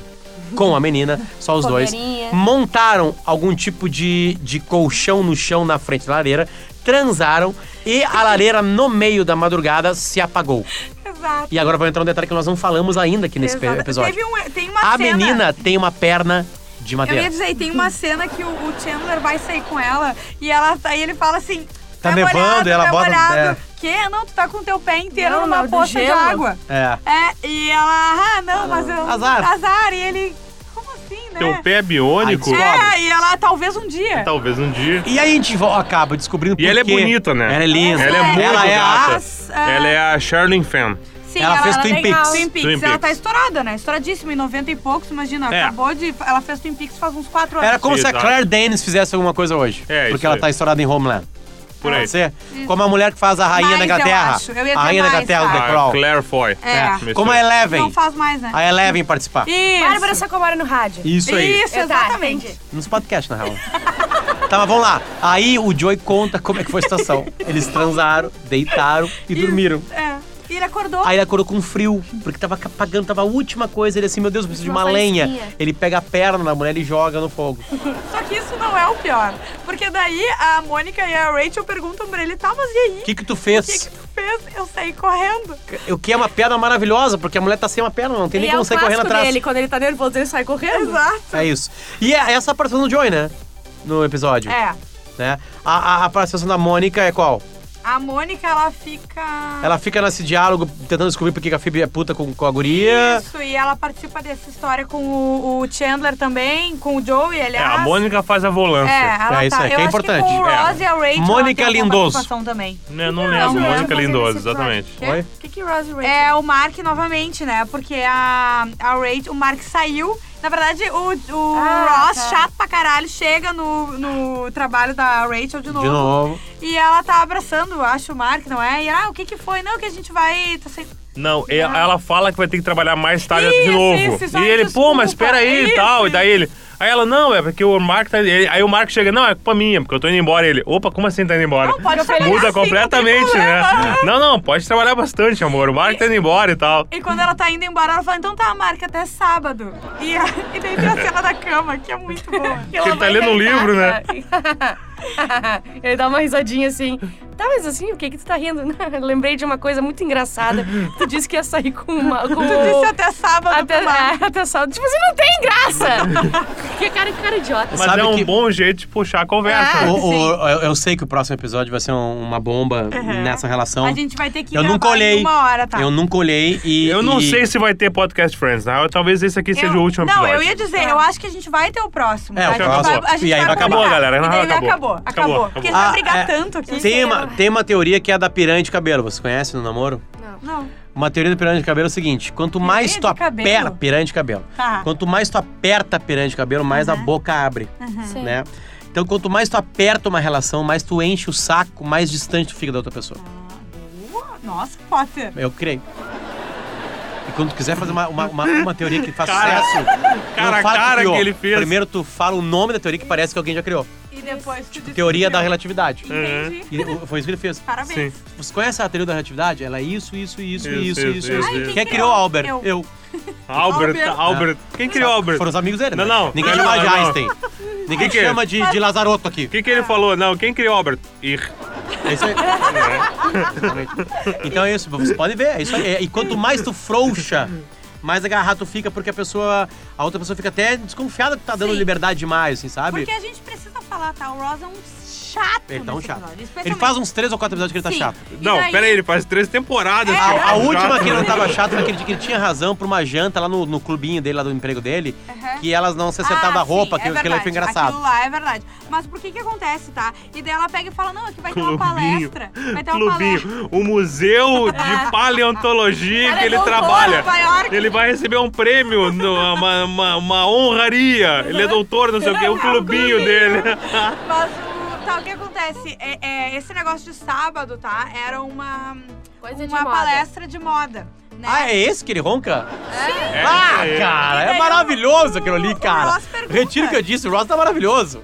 [SPEAKER 1] com a menina, só os dois.
[SPEAKER 4] Fogueirinha.
[SPEAKER 1] Montaram algum tipo de, de colchão no chão na frente da lareira, transaram e a lareira, no meio da madrugada, se apagou.
[SPEAKER 2] Exato.
[SPEAKER 1] E agora vai entrar um detalhe que nós não falamos ainda aqui nesse pe-
[SPEAKER 2] Exato.
[SPEAKER 1] episódio.
[SPEAKER 2] Teve um- tem uma
[SPEAKER 1] A
[SPEAKER 2] cena-
[SPEAKER 1] menina tem uma perna de
[SPEAKER 2] Eu ia
[SPEAKER 1] madeira.
[SPEAKER 2] dizer, e tem uma cena que o, o Chandler vai sair com ela e ela tá- e ele fala assim.
[SPEAKER 1] Tá
[SPEAKER 2] molhado,
[SPEAKER 1] nevando, e ela
[SPEAKER 2] tá
[SPEAKER 1] bota-
[SPEAKER 2] molhado."
[SPEAKER 1] é.
[SPEAKER 2] Que? Não, tu tá com teu pé inteiro
[SPEAKER 4] Não,
[SPEAKER 2] numa
[SPEAKER 4] não, do
[SPEAKER 2] poça de
[SPEAKER 4] gelo.
[SPEAKER 2] água.
[SPEAKER 1] É.
[SPEAKER 2] É, e ela, ah, não, mas eu.
[SPEAKER 1] Azar.
[SPEAKER 2] Azar. E ele, como assim, né?
[SPEAKER 3] Teu pé é biônico?
[SPEAKER 1] Ai,
[SPEAKER 2] É, e ela, talvez um dia.
[SPEAKER 3] Talvez um dia.
[SPEAKER 1] E aí a gente vo- acaba descobrindo
[SPEAKER 3] E ela é bonita, né?
[SPEAKER 1] Ela é linda.
[SPEAKER 3] Ela é muito
[SPEAKER 1] ela é a-
[SPEAKER 3] gata.
[SPEAKER 2] as- a-
[SPEAKER 3] Ela é a Charlene Fan.
[SPEAKER 2] Sim,
[SPEAKER 1] ela fez
[SPEAKER 2] era
[SPEAKER 1] Twin
[SPEAKER 2] legal.
[SPEAKER 1] Peaks.
[SPEAKER 2] Twin Peaks.
[SPEAKER 3] Twin
[SPEAKER 2] Ela
[SPEAKER 3] Peaks.
[SPEAKER 2] tá estourada, né? Estouradíssima, em 90 e poucos, imagina.
[SPEAKER 3] É.
[SPEAKER 2] Acabou de. Ela fez Twin Peaks faz uns 4 anos.
[SPEAKER 1] Era como se a
[SPEAKER 3] Exato.
[SPEAKER 1] Claire Danes fizesse alguma coisa hoje.
[SPEAKER 3] É,
[SPEAKER 1] porque
[SPEAKER 3] isso
[SPEAKER 1] ela
[SPEAKER 3] aí.
[SPEAKER 1] tá estourada em Homeland.
[SPEAKER 3] Por aí.
[SPEAKER 1] Pode ser? Como a mulher que faz a Rainha
[SPEAKER 2] Mais,
[SPEAKER 1] da
[SPEAKER 2] eu
[SPEAKER 1] Inglaterra.
[SPEAKER 2] acho. Eu ia dizer
[SPEAKER 1] a Rainha da
[SPEAKER 2] mais,
[SPEAKER 1] Inglaterra,
[SPEAKER 2] tá.
[SPEAKER 1] The Crown.
[SPEAKER 3] Ah, Claire Foy.
[SPEAKER 2] É.
[SPEAKER 1] Como a
[SPEAKER 2] Não
[SPEAKER 1] Eleven.
[SPEAKER 2] faz mais, né?
[SPEAKER 1] A Eleven participar.
[SPEAKER 2] Isso.
[SPEAKER 4] Bárbara Sacomara no rádio.
[SPEAKER 1] Isso aí.
[SPEAKER 2] Isso,
[SPEAKER 4] Eu tá,
[SPEAKER 2] exatamente.
[SPEAKER 4] entendi.
[SPEAKER 1] Nos podcasts, na real. tá, mas vamos lá. Aí o Joey conta como é que foi a situação. Eles transaram, deitaram e dormiram.
[SPEAKER 2] É. E ele acordou.
[SPEAKER 1] Aí ele acordou com frio, porque tava apagando, tava a última coisa. Ele assim, meu Deus, eu preciso de uma
[SPEAKER 4] Uma
[SPEAKER 1] lenha.
[SPEAKER 4] faísquinha.
[SPEAKER 1] Ele pega a perna da mulher e joga no fogo.
[SPEAKER 2] Só que isso não é o pior. Porque daí a Mônica e a Rachel perguntam pra ele, tá, mas e aí?
[SPEAKER 1] O que que tu
[SPEAKER 2] O que,
[SPEAKER 1] fez?
[SPEAKER 2] que tu fez? Eu saí correndo.
[SPEAKER 1] O que é uma perna maravilhosa, porque a mulher tá sem uma perna, não tem
[SPEAKER 4] Ele
[SPEAKER 1] nem
[SPEAKER 4] é
[SPEAKER 1] como
[SPEAKER 4] o
[SPEAKER 1] sair
[SPEAKER 4] clássico
[SPEAKER 1] correndo atrás.
[SPEAKER 4] dele, quando ele tá nervoso, ele sai correndo.
[SPEAKER 2] Exato.
[SPEAKER 1] É isso. E é essa a participação do Joey, né? No episódio.
[SPEAKER 2] É.
[SPEAKER 1] Né? A, a, a participação da Mônica é qual?
[SPEAKER 2] A Mônica, ela fica.
[SPEAKER 1] Ela fica nesse diálogo tentando descobrir por que que a Phoebe é puta com, com a guria.
[SPEAKER 2] Isso, e ela participa dessa história com o, o Chandler também, com o Joey,
[SPEAKER 3] É,
[SPEAKER 2] aliás.
[SPEAKER 3] a Mônica faz a
[SPEAKER 2] É,
[SPEAKER 3] volância.
[SPEAKER 2] ela
[SPEAKER 1] É, isso
[SPEAKER 2] tá.
[SPEAKER 1] aí, que
[SPEAKER 2] eu
[SPEAKER 1] é
[SPEAKER 2] acho
[SPEAKER 1] importante.
[SPEAKER 2] Que com o
[SPEAKER 3] É.
[SPEAKER 2] Ross e a Rachel.
[SPEAKER 1] Mônica
[SPEAKER 2] ela tem alguma
[SPEAKER 1] Lindoso.
[SPEAKER 2] participação também.
[SPEAKER 3] Né, Não lembro.
[SPEAKER 2] não
[SPEAKER 3] Mônica
[SPEAKER 2] lembro
[SPEAKER 3] Lindoso, exatamente.
[SPEAKER 1] Oi?
[SPEAKER 4] O que que Rose e Rachel...
[SPEAKER 2] É o Mark novamente, né? Porque a, a Rachel, o Mark saiu. Na verdade, o, o
[SPEAKER 4] Ah,
[SPEAKER 2] Ross,
[SPEAKER 4] tá.
[SPEAKER 2] chato pra caralho, chega no, no trabalho da Rachel de novo.
[SPEAKER 1] De novo.
[SPEAKER 2] E ela tá abraçando, acho, o Mark, não é? E ah, o que que foi? Não, que a gente vai. Tá sem...
[SPEAKER 3] Não, e- ela fala que vai ter que trabalhar mais tarde de
[SPEAKER 2] Isso,
[SPEAKER 3] novo.
[SPEAKER 2] isso, isso,
[SPEAKER 3] e
[SPEAKER 2] ai,
[SPEAKER 3] ele, pô,
[SPEAKER 2] desculpa,
[SPEAKER 3] mas espera aí e
[SPEAKER 2] isso,
[SPEAKER 3] tal. E
[SPEAKER 2] isso.
[SPEAKER 3] daí ele... Aí ela, não, é porque o Marco tá... ele- Aí o Marco chega, não, é culpa minha, porque eu tô indo embora. E ele, opa, como assim tá indo embora?
[SPEAKER 2] Não, pode trabalhar
[SPEAKER 3] Muda
[SPEAKER 2] assim, não
[SPEAKER 3] completamente,
[SPEAKER 2] tem
[SPEAKER 3] né?
[SPEAKER 2] problema.
[SPEAKER 3] Não, não, pode trabalhar bastante, amor. O Marco tá indo embora e tal.
[SPEAKER 2] E quando ela tá indo embora, ela fala, então tá, Mark, até sábado. E, a- e daí tem a cena da cama, que é muito boa.
[SPEAKER 4] Ela
[SPEAKER 3] ele tá
[SPEAKER 4] vai
[SPEAKER 3] lendo um
[SPEAKER 4] deitar,
[SPEAKER 3] livro, né?
[SPEAKER 4] cara. ele dá uma risadinha assim. Tá, mas assim, o que que tu tá rindo? Lembrei de uma coisa muito engraçada. Tu disse que ia sair com uma... Com
[SPEAKER 2] Tu disse até sábado
[SPEAKER 4] até,
[SPEAKER 2] pro Mark.
[SPEAKER 4] é, até sábado. Tipo, você não tem graça! que cara, que cara idiota.
[SPEAKER 3] Mas
[SPEAKER 1] Sabe
[SPEAKER 3] é um
[SPEAKER 1] que-
[SPEAKER 3] bom jeito de puxar a conversa.
[SPEAKER 4] É.
[SPEAKER 1] O-
[SPEAKER 3] né?
[SPEAKER 1] o- eu, eu sei que o próximo episódio vai ser um- uma bomba nessa relação.
[SPEAKER 2] A gente vai ter que
[SPEAKER 1] É. eu
[SPEAKER 2] gravar
[SPEAKER 1] nunca olhei.
[SPEAKER 2] em uma hora, tá?
[SPEAKER 1] Eu nunca olhei e.
[SPEAKER 3] Eu não
[SPEAKER 1] e-
[SPEAKER 3] sei se vai ter podcast Friends, né? Talvez esse aqui seja
[SPEAKER 2] Eu-
[SPEAKER 3] o último
[SPEAKER 2] Não,
[SPEAKER 3] episódio.
[SPEAKER 2] eu ia dizer, eu acho que a gente vai ter o próximo.
[SPEAKER 1] É,
[SPEAKER 2] a
[SPEAKER 1] o
[SPEAKER 2] gente
[SPEAKER 1] próximo.
[SPEAKER 2] Vai, a gente
[SPEAKER 1] E aí
[SPEAKER 2] vai
[SPEAKER 1] vai acabar.
[SPEAKER 2] combinar.
[SPEAKER 3] Acabou, galera,
[SPEAKER 2] E daí
[SPEAKER 3] acabou.
[SPEAKER 2] acabou.
[SPEAKER 3] Acabou,
[SPEAKER 2] Acabou. Porque a gente
[SPEAKER 1] Ah,
[SPEAKER 2] vai brigar
[SPEAKER 1] é,
[SPEAKER 2] tanto aqui.
[SPEAKER 1] Tem uma, tem uma teoria que é a da piranha de cabelo. Você conhece no namoro?
[SPEAKER 2] Não.
[SPEAKER 1] Uma teoria da piranha de cabelo é o seguinte: quanto mais
[SPEAKER 2] de
[SPEAKER 1] tu
[SPEAKER 2] cabelo?
[SPEAKER 1] aperta. Piranha de cabelo.
[SPEAKER 2] Tá.
[SPEAKER 1] Quanto mais tu aperta a piranha de cabelo, mais a boca abre.
[SPEAKER 4] Sim.
[SPEAKER 1] Né? Então, quanto mais tu aperta uma relação, mais tu enche o saco, mais distante tu fica da outra pessoa.
[SPEAKER 2] Tá. Boa. Nossa, Potter.
[SPEAKER 1] Eu creio. E quando tu quiser fazer uma, uma, uma, uma teoria que faça
[SPEAKER 3] Cara,
[SPEAKER 1] sucesso.
[SPEAKER 3] cara
[SPEAKER 1] não
[SPEAKER 3] a
[SPEAKER 1] fala
[SPEAKER 3] cara
[SPEAKER 1] criou.
[SPEAKER 3] que ele fez.
[SPEAKER 1] Primeiro tu fala o nome da teoria que parece que alguém já criou.
[SPEAKER 2] E depois tu descobriu.
[SPEAKER 1] Teoria da Uhum. relatividade.
[SPEAKER 2] Entendi.
[SPEAKER 1] E o- foi isso que ele fez.
[SPEAKER 3] Sim.
[SPEAKER 2] Parabéns.
[SPEAKER 1] Você conhece a teoria da relatividade? Ela é isso, isso, isso,
[SPEAKER 3] Isso,
[SPEAKER 1] isso, isso, isso.
[SPEAKER 3] isso, isso.
[SPEAKER 1] Quem,
[SPEAKER 3] Ai,
[SPEAKER 2] quem
[SPEAKER 1] criou
[SPEAKER 2] criou?
[SPEAKER 1] Albert?
[SPEAKER 2] Eu.
[SPEAKER 3] Albert, Albert.
[SPEAKER 2] Albert.
[SPEAKER 3] Quem criou Albert?
[SPEAKER 1] Foram os amigos dele, né?
[SPEAKER 3] Não, não.
[SPEAKER 1] Ninguém
[SPEAKER 3] Não,
[SPEAKER 1] chama de
[SPEAKER 3] não.
[SPEAKER 1] Einstein. Ninguém
[SPEAKER 3] Que que é?
[SPEAKER 1] chama de, de Lazaroto aqui.
[SPEAKER 3] O que, que ele falou? Não, quem criou Albert? Ir.
[SPEAKER 1] É isso aí. Exatamente. Então é isso, você pode ver, é isso aí. E quanto mais tu frouxa, mais agarrado tu fica, porque a pessoa. A outra pessoa fica até desconfiada que tá dando
[SPEAKER 2] Sim.
[SPEAKER 1] liberdade demais, assim, sabe?
[SPEAKER 2] Porque a gente precisa falar, tá? O Ross é um chato.
[SPEAKER 1] Ele tá um
[SPEAKER 2] nesse
[SPEAKER 1] chato.
[SPEAKER 2] episódio,
[SPEAKER 1] Ele
[SPEAKER 2] especialmente-
[SPEAKER 1] faz uns três ou quatro episódios que ele tá
[SPEAKER 2] Sim.
[SPEAKER 1] chato.
[SPEAKER 2] E
[SPEAKER 3] Não,
[SPEAKER 2] daí-
[SPEAKER 3] pera aí, ele faz três temporadas. que
[SPEAKER 1] A, a
[SPEAKER 3] eu-
[SPEAKER 1] última
[SPEAKER 3] já-
[SPEAKER 1] que ele não tava chato foi aquele dia que ele tinha razão pra uma janta lá no, no clubinho dele, lá do emprego dele, que elas não se acertavam
[SPEAKER 2] Ah,
[SPEAKER 1] da roupa,
[SPEAKER 2] sim,
[SPEAKER 1] que
[SPEAKER 2] é
[SPEAKER 1] aquilo aí foi
[SPEAKER 2] verdade.
[SPEAKER 1] engraçado.
[SPEAKER 2] Aquilo lá é verdade. Mas por que que acontece, tá? E daí ela pega e fala, não, aqui vai ter uma
[SPEAKER 3] Clubinho.
[SPEAKER 2] palestra. Vai ter uma palestra.
[SPEAKER 3] Clubinho, o museu de paleontologia
[SPEAKER 2] Cara,
[SPEAKER 3] que ele
[SPEAKER 2] voltou
[SPEAKER 3] trabalha.
[SPEAKER 2] a Nova York.
[SPEAKER 3] Ele vai receber um prêmio, no- uma, uma, uma honraria. Ele é doutor, não sei o quê, o
[SPEAKER 2] É,
[SPEAKER 3] clubinho dele.
[SPEAKER 2] Mas o, tá, o que acontece? É, é, esse negócio de sábado, tá? Era uma,
[SPEAKER 4] Coisa de
[SPEAKER 2] uma
[SPEAKER 4] moda.
[SPEAKER 2] palestra de moda. né?
[SPEAKER 1] Ah, é esse que ele ronca?
[SPEAKER 3] É,
[SPEAKER 1] Ah,
[SPEAKER 3] é.
[SPEAKER 1] cara,
[SPEAKER 2] E
[SPEAKER 1] é
[SPEAKER 2] daí
[SPEAKER 1] maravilhoso
[SPEAKER 2] o-
[SPEAKER 1] aquilo ali,
[SPEAKER 2] o
[SPEAKER 1] cara.
[SPEAKER 2] Ross pergunta.
[SPEAKER 1] Retiro o que eu disse, o Ross tá maravilhoso.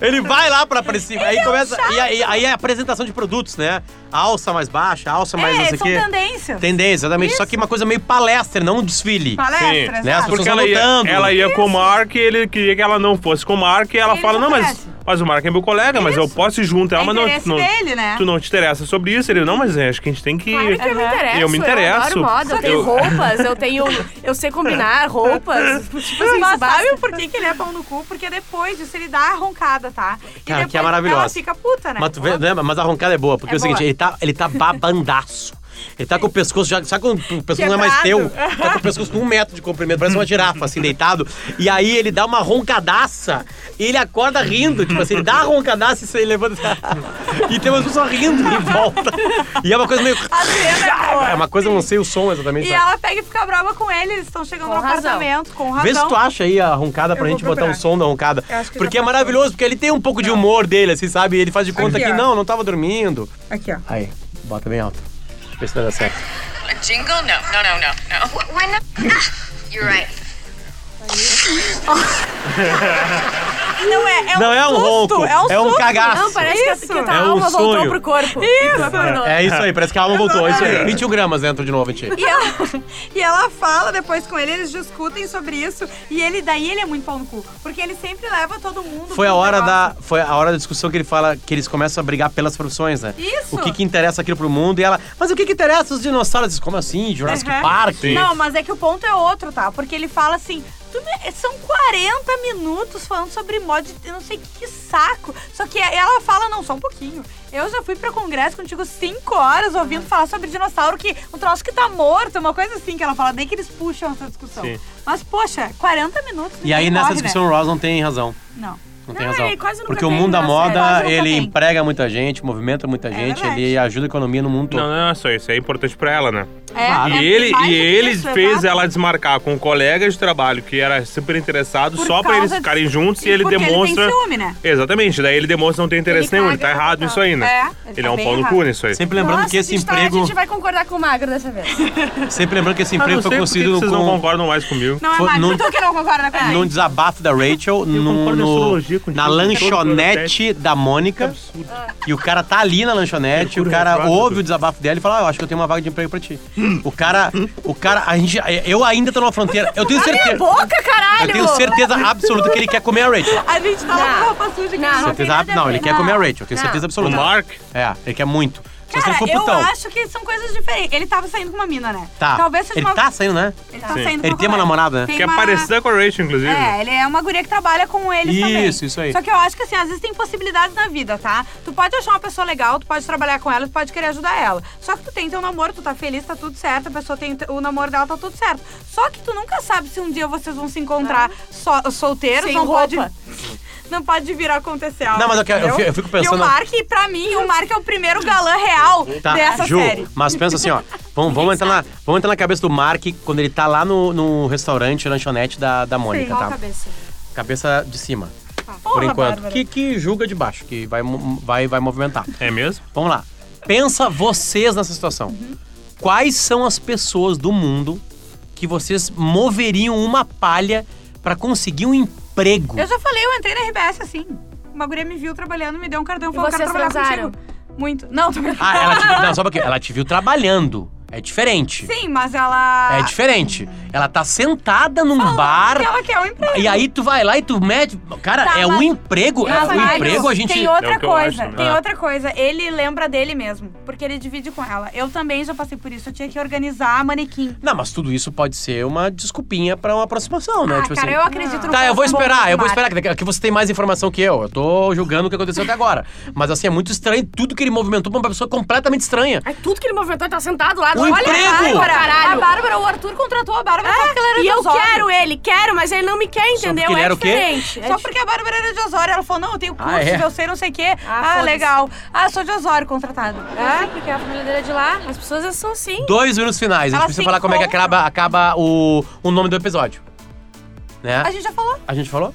[SPEAKER 1] Ele vai lá pra cima,
[SPEAKER 2] é um
[SPEAKER 1] aí começa. e aí, aí é a apresentação de produtos, né? Alça mais baixa, alça mais não sei
[SPEAKER 2] é,
[SPEAKER 1] o
[SPEAKER 2] são
[SPEAKER 1] quê.
[SPEAKER 2] tendências.
[SPEAKER 1] Tendência, exatamente. Só que uma coisa meio palestra, não um desfile.
[SPEAKER 2] Palestras,
[SPEAKER 1] Sim, né, as
[SPEAKER 2] sabe?
[SPEAKER 1] pessoas
[SPEAKER 3] Porque ela ia,
[SPEAKER 1] lutando.
[SPEAKER 3] ela ia com o Mark e ele queria que ela não fosse com o Mark e ela
[SPEAKER 2] Ele
[SPEAKER 3] fala,
[SPEAKER 2] não
[SPEAKER 3] não, mas,
[SPEAKER 2] parece."
[SPEAKER 3] mas o Mark é meu colega, mas eu posso ir junto. Ela,
[SPEAKER 2] É
[SPEAKER 3] mas não,
[SPEAKER 2] interesse
[SPEAKER 3] não-
[SPEAKER 2] dele, né?"
[SPEAKER 3] tu não te interessa sobre isso. Ele, não, mas é, acho que a gente tem que...
[SPEAKER 4] Claro que eu me
[SPEAKER 2] Aham.
[SPEAKER 4] interesso.
[SPEAKER 3] Eu me interesso.
[SPEAKER 4] Eu adoro moda, eu tenho
[SPEAKER 3] Eu-
[SPEAKER 4] roupas, eu tenho. Eu sei combinar roupas. Tipo assim,
[SPEAKER 2] Mas
[SPEAKER 4] isso basta.
[SPEAKER 2] sabe por que, que ele é pão no cu? Porque depois disso ele dá a roncada, tá? E
[SPEAKER 1] Cara,
[SPEAKER 2] depois
[SPEAKER 1] que é maravilhosa.
[SPEAKER 2] Ela fica puta, né?
[SPEAKER 7] Tá,
[SPEAKER 1] Mas, tu vê, né, mas a roncada é boa, porque é
[SPEAKER 2] É
[SPEAKER 1] o seguinte,
[SPEAKER 2] boa.
[SPEAKER 1] ele tá, ele tá babandaço. Ele tá com o pescoço já. Sabe quando o pescoço não é mais teu?
[SPEAKER 2] Quebrado.
[SPEAKER 1] Tá com o pescoço com um metro de comprimento, parece uma girafa, assim, deitado. E aí ele dá uma roncadaça e ele acorda rindo. Tipo assim, ele dá a roncadaça e você levanta. E tem umas pessoas rindo em volta. E é uma coisa meio.
[SPEAKER 2] A cena é
[SPEAKER 7] Ah,
[SPEAKER 2] boa.
[SPEAKER 1] É uma coisa, eu não sei o som exatamente.
[SPEAKER 2] E
[SPEAKER 1] sabe?
[SPEAKER 2] ela pega e fica brava com ele, eles estão chegando
[SPEAKER 4] Com
[SPEAKER 2] no
[SPEAKER 4] razão.
[SPEAKER 2] apartamento, com razão.
[SPEAKER 1] Vê se tu acha aí a roncada pra
[SPEAKER 7] Eu
[SPEAKER 1] gente
[SPEAKER 7] vou
[SPEAKER 1] botar um
[SPEAKER 7] procurar.
[SPEAKER 1] som da roncada.
[SPEAKER 7] Eu acho que
[SPEAKER 1] Porque é
[SPEAKER 7] já passou.
[SPEAKER 1] maravilhoso, porque ele tem um pouco de humor dele, assim, sabe? Ele faz de conta
[SPEAKER 7] Aqui,
[SPEAKER 1] que
[SPEAKER 7] ó.
[SPEAKER 1] não, não tava dormindo.
[SPEAKER 7] Aqui, ó.
[SPEAKER 1] Aí, bota bem alto. Vê se vai dar certo.
[SPEAKER 5] A jingle? No, no, no, no, no. Why not? Ah! You're right.
[SPEAKER 2] Não é, é
[SPEAKER 1] Não, é um
[SPEAKER 2] susto,
[SPEAKER 1] ronco,
[SPEAKER 2] É um,
[SPEAKER 1] é um
[SPEAKER 2] susto.
[SPEAKER 1] cagaço.
[SPEAKER 4] Não, parece que a-
[SPEAKER 2] Isso.
[SPEAKER 4] que a tua
[SPEAKER 1] É um
[SPEAKER 4] alma voltou
[SPEAKER 1] sonho.
[SPEAKER 4] pro corpo.
[SPEAKER 2] Isso.
[SPEAKER 1] É isso aí, parece que a alma voltou. É isso aí. 21 gramas dentro de novo, gente.
[SPEAKER 2] E ela, e ela fala depois com ele, eles discutem sobre isso. E ele, daí ele é muito pau no cu. Porque ele sempre leva todo mundo.
[SPEAKER 1] Foi a
[SPEAKER 2] pro
[SPEAKER 1] hora da
[SPEAKER 2] negócio.
[SPEAKER 1] foi a hora da discussão que ele fala que eles começam a brigar pelas profissões, né?
[SPEAKER 2] Isso.
[SPEAKER 1] O que que interessa aquilo pro mundo e ela, mas o que que interessa os dinossauros? Como assim? Jurassic
[SPEAKER 2] Uhum.
[SPEAKER 1] Park?
[SPEAKER 2] Não, mas é que o ponto é outro, tá? Porque ele fala assim. "Tu me- São 40 minutos falando sobre moda, eu não sei que, que saco. Só que ela fala, não, só um pouquinho. Eu já fui pra congresso contigo 5 horas ouvindo falar sobre dinossauro, que um troço que tá morto, uma coisa assim que ela fala, nem que eles puxam essa discussão.
[SPEAKER 3] Sim.
[SPEAKER 2] Mas, poxa, 40 minutos.
[SPEAKER 1] E aí
[SPEAKER 2] ninguém
[SPEAKER 1] nessa
[SPEAKER 2] morre,
[SPEAKER 1] discussão o Ross não tem razão.
[SPEAKER 2] Né? Não.
[SPEAKER 1] Não tem
[SPEAKER 4] Não,
[SPEAKER 1] razão.
[SPEAKER 4] ele quase nunca
[SPEAKER 1] Porque o
[SPEAKER 4] tem
[SPEAKER 1] mundo da
[SPEAKER 4] na
[SPEAKER 1] moda,
[SPEAKER 2] série. é, Quase nunca
[SPEAKER 1] ele
[SPEAKER 2] tem.
[SPEAKER 1] emprega muita gente, movimenta muita gente,
[SPEAKER 2] verdade.
[SPEAKER 1] ele ajuda a economia no mundo
[SPEAKER 3] Não,
[SPEAKER 1] todo.
[SPEAKER 3] não é só isso, é importante pra ela, né?
[SPEAKER 2] É,
[SPEAKER 1] Claro.
[SPEAKER 3] E
[SPEAKER 2] é
[SPEAKER 3] ele,
[SPEAKER 2] mais
[SPEAKER 3] e
[SPEAKER 2] do que
[SPEAKER 3] ele
[SPEAKER 2] isso,
[SPEAKER 3] fez
[SPEAKER 2] exato.
[SPEAKER 3] ela desmarcar com um colega de trabalho que era super interessado
[SPEAKER 2] Por
[SPEAKER 3] só pra
[SPEAKER 2] causa
[SPEAKER 3] eles
[SPEAKER 2] de-
[SPEAKER 3] ficarem juntos e ele
[SPEAKER 2] porque
[SPEAKER 3] demonstra.
[SPEAKER 2] Ele tem ciúme, né?
[SPEAKER 3] Exatamente, daí ele demonstra não ter interesse
[SPEAKER 4] Ele
[SPEAKER 3] nenhum, ele
[SPEAKER 4] caga
[SPEAKER 3] tá errado
[SPEAKER 4] total.
[SPEAKER 3] nisso aí, né?
[SPEAKER 2] É,
[SPEAKER 3] ele
[SPEAKER 2] ele
[SPEAKER 3] é
[SPEAKER 2] tá
[SPEAKER 3] um
[SPEAKER 2] bem
[SPEAKER 3] pau no
[SPEAKER 2] errado.
[SPEAKER 3] cu nisso aí.
[SPEAKER 1] Sempre lembrando
[SPEAKER 4] Nossa,
[SPEAKER 1] que esse
[SPEAKER 2] tá-
[SPEAKER 4] história,
[SPEAKER 1] emprego,
[SPEAKER 4] A gente vai concordar com o Magro dessa vez.
[SPEAKER 1] sempre lembrando que esse
[SPEAKER 3] Ah,
[SPEAKER 1] emprego
[SPEAKER 3] não
[SPEAKER 1] foi
[SPEAKER 3] sei por que que
[SPEAKER 1] conseguido
[SPEAKER 3] vocês não
[SPEAKER 1] com
[SPEAKER 3] concordam mais comigo.
[SPEAKER 2] Não é
[SPEAKER 1] Foi-
[SPEAKER 2] mais.
[SPEAKER 1] não-
[SPEAKER 2] Tu que não concorda com ela.
[SPEAKER 1] num desabafo da Rachel no,
[SPEAKER 3] concordo em
[SPEAKER 1] no-
[SPEAKER 3] astrologia tipo contigo,
[SPEAKER 1] na
[SPEAKER 3] em todo
[SPEAKER 1] lanchonete da Mônica. E o cara tá ali na lanchonete, o cara
[SPEAKER 3] retrógrado.
[SPEAKER 1] ouve o desabafo dela e fala: ah, Eu acho que eu tenho uma vaga de emprego pra ti. O cara, o cara, a gente, eu ainda tô numa fronteira. Eu tenho
[SPEAKER 4] Minha
[SPEAKER 1] certeza,
[SPEAKER 4] boca, caralho!
[SPEAKER 1] eu tenho certeza absoluta que ele quer comer a Rachel.
[SPEAKER 2] A gente tá lá com roupa suja aqui.
[SPEAKER 4] Não, não tem
[SPEAKER 1] Certeza,
[SPEAKER 4] nada a
[SPEAKER 1] não,
[SPEAKER 4] ver.
[SPEAKER 1] ele quer comer a Rachel, eu tenho certeza
[SPEAKER 3] O
[SPEAKER 1] absoluta.
[SPEAKER 3] Mark?
[SPEAKER 1] É, ele quer muito. Só se ele
[SPEAKER 2] Cara,
[SPEAKER 1] ficou
[SPEAKER 2] eu
[SPEAKER 1] putão.
[SPEAKER 2] acho que são coisas diferentes. Ele tava saindo com uma mina, né?
[SPEAKER 1] Tá.
[SPEAKER 2] Talvez seja
[SPEAKER 1] ele
[SPEAKER 2] uma...
[SPEAKER 1] tá saindo, né?
[SPEAKER 2] Ele tá
[SPEAKER 3] Sim.
[SPEAKER 2] saindo com
[SPEAKER 1] Ele tem uma
[SPEAKER 2] colega.
[SPEAKER 1] namorada, né?
[SPEAKER 2] Tem
[SPEAKER 3] Que é
[SPEAKER 2] uma-
[SPEAKER 3] parecida com a Rachel, inclusive.
[SPEAKER 2] É, ele é uma guria que trabalha com eles
[SPEAKER 1] Isso,
[SPEAKER 2] também.
[SPEAKER 1] isso aí.
[SPEAKER 2] Só que eu acho que assim, às vezes tem possibilidades na vida, tá? Tu pode achar uma pessoa legal, tu pode trabalhar com ela, tu pode querer ajudar ela. Só que tu tem teu namoro, tu tá feliz, tá tudo certo, a pessoa tem o namoro dela, tá tudo certo. Só que tu nunca sabe se um dia vocês vão se encontrar so- solteiros,
[SPEAKER 4] Sem
[SPEAKER 2] não pode.
[SPEAKER 4] roupa.
[SPEAKER 2] Não pode vir a acontecer algo.
[SPEAKER 1] Não, mas eu quero- eu
[SPEAKER 2] entendeu?
[SPEAKER 1] fico- eu fico pensando-
[SPEAKER 2] E o Mark, pra mim, o Mark é o primeiro galã real
[SPEAKER 1] Tá,
[SPEAKER 2] dessa
[SPEAKER 1] Ju,
[SPEAKER 2] série.
[SPEAKER 1] mas pensa assim, ó. Vamos, vamos, entrar na, vamos entrar na cabeça do Mark quando ele tá lá no, no restaurante, lanchonete da, da Mônica,
[SPEAKER 4] Qual a
[SPEAKER 1] tá?
[SPEAKER 4] cabeça?
[SPEAKER 1] Cabeça de cima, por
[SPEAKER 2] Tá. Porra,
[SPEAKER 1] enquanto.
[SPEAKER 2] Bárbara.
[SPEAKER 1] Que, que julga de baixo, que vai, mo- vai, vai movimentar.
[SPEAKER 3] É mesmo?
[SPEAKER 1] Vamos lá. Pensa vocês nessa situação.
[SPEAKER 2] Uhum.
[SPEAKER 1] Quais são as pessoas do mundo que vocês moveriam uma palha pra conseguir um emprego?
[SPEAKER 2] Eu já falei, eu entrei na RBS assim. Uma guria me viu trabalhando, me deu um cartão e falou:
[SPEAKER 4] vocês
[SPEAKER 2] quero trabalhar
[SPEAKER 4] transaram?
[SPEAKER 2] contigo. Muito. Não, tô brincando.
[SPEAKER 1] Ah, ela te, não, só um pouquinho. Ela te viu trabalhando. É diferente.
[SPEAKER 2] Sim, mas ela.
[SPEAKER 1] É diferente. Ela tá sentada num bar.
[SPEAKER 2] Porque ela quer um emprego.
[SPEAKER 1] E aí tu vai lá e tu mete. Cara,
[SPEAKER 2] Tá,
[SPEAKER 1] é
[SPEAKER 2] mas-
[SPEAKER 1] um emprego. É
[SPEAKER 2] Mas,
[SPEAKER 1] um
[SPEAKER 2] Mário,
[SPEAKER 1] emprego, a gente.
[SPEAKER 2] Tem
[SPEAKER 3] É
[SPEAKER 2] outra
[SPEAKER 3] o que eu
[SPEAKER 2] coisa,
[SPEAKER 3] acho, né?
[SPEAKER 2] tem
[SPEAKER 1] Ah.
[SPEAKER 2] outra coisa. Ele lembra dele mesmo, porque ele divide com ela. Eu também já passei por isso. Eu tinha que organizar manequim.
[SPEAKER 1] Não, mas tudo isso pode ser uma desculpinha pra uma aproximação, né?
[SPEAKER 2] ah,
[SPEAKER 1] tipo
[SPEAKER 2] cara,
[SPEAKER 1] assim.
[SPEAKER 2] eu acredito no
[SPEAKER 1] Tá, eu vou
[SPEAKER 2] ponto bom
[SPEAKER 1] esperar,
[SPEAKER 2] do
[SPEAKER 1] eu vou
[SPEAKER 2] Mark.
[SPEAKER 1] esperar, que, que você tem mais informação que eu. Eu tô julgando o que aconteceu até agora. Mas assim, é muito estranho tudo que ele movimentou pra uma pessoa completamente estranha.
[SPEAKER 4] Ai, tudo que ele movimentou, ele tá sentado lá.
[SPEAKER 1] Um
[SPEAKER 4] Olha,
[SPEAKER 1] emprego!
[SPEAKER 4] a Bárbara,
[SPEAKER 2] A
[SPEAKER 4] caralho. É,
[SPEAKER 2] Bárbara, o Arthur contratou a Bárbara só porque ela era
[SPEAKER 4] E
[SPEAKER 2] de
[SPEAKER 4] eu
[SPEAKER 2] Osório.
[SPEAKER 4] quero ele, quero, mas ele não me quer, entendeu?
[SPEAKER 1] porque ele
[SPEAKER 4] é
[SPEAKER 1] era o quê?
[SPEAKER 4] diferente. é
[SPEAKER 2] Só
[SPEAKER 4] dif-
[SPEAKER 2] porque a Bárbara era de Osório, ela falou, não, eu tenho curso,
[SPEAKER 1] Ah, é?
[SPEAKER 2] eu sei não sei o quê.
[SPEAKER 4] Ah,
[SPEAKER 2] Ah,
[SPEAKER 4] foda-se.
[SPEAKER 2] legal. Ah, sou de Osório contratado.
[SPEAKER 4] É, porque a família dele é de lá. As pessoas são assim.
[SPEAKER 1] Dois minutos finais, a gente
[SPEAKER 2] Elas
[SPEAKER 1] precisa
[SPEAKER 2] se
[SPEAKER 1] falar como é que
[SPEAKER 2] encontram.
[SPEAKER 1] acaba, acaba o, o nome do episódio. Né?
[SPEAKER 2] A gente já falou?
[SPEAKER 1] A gente falou?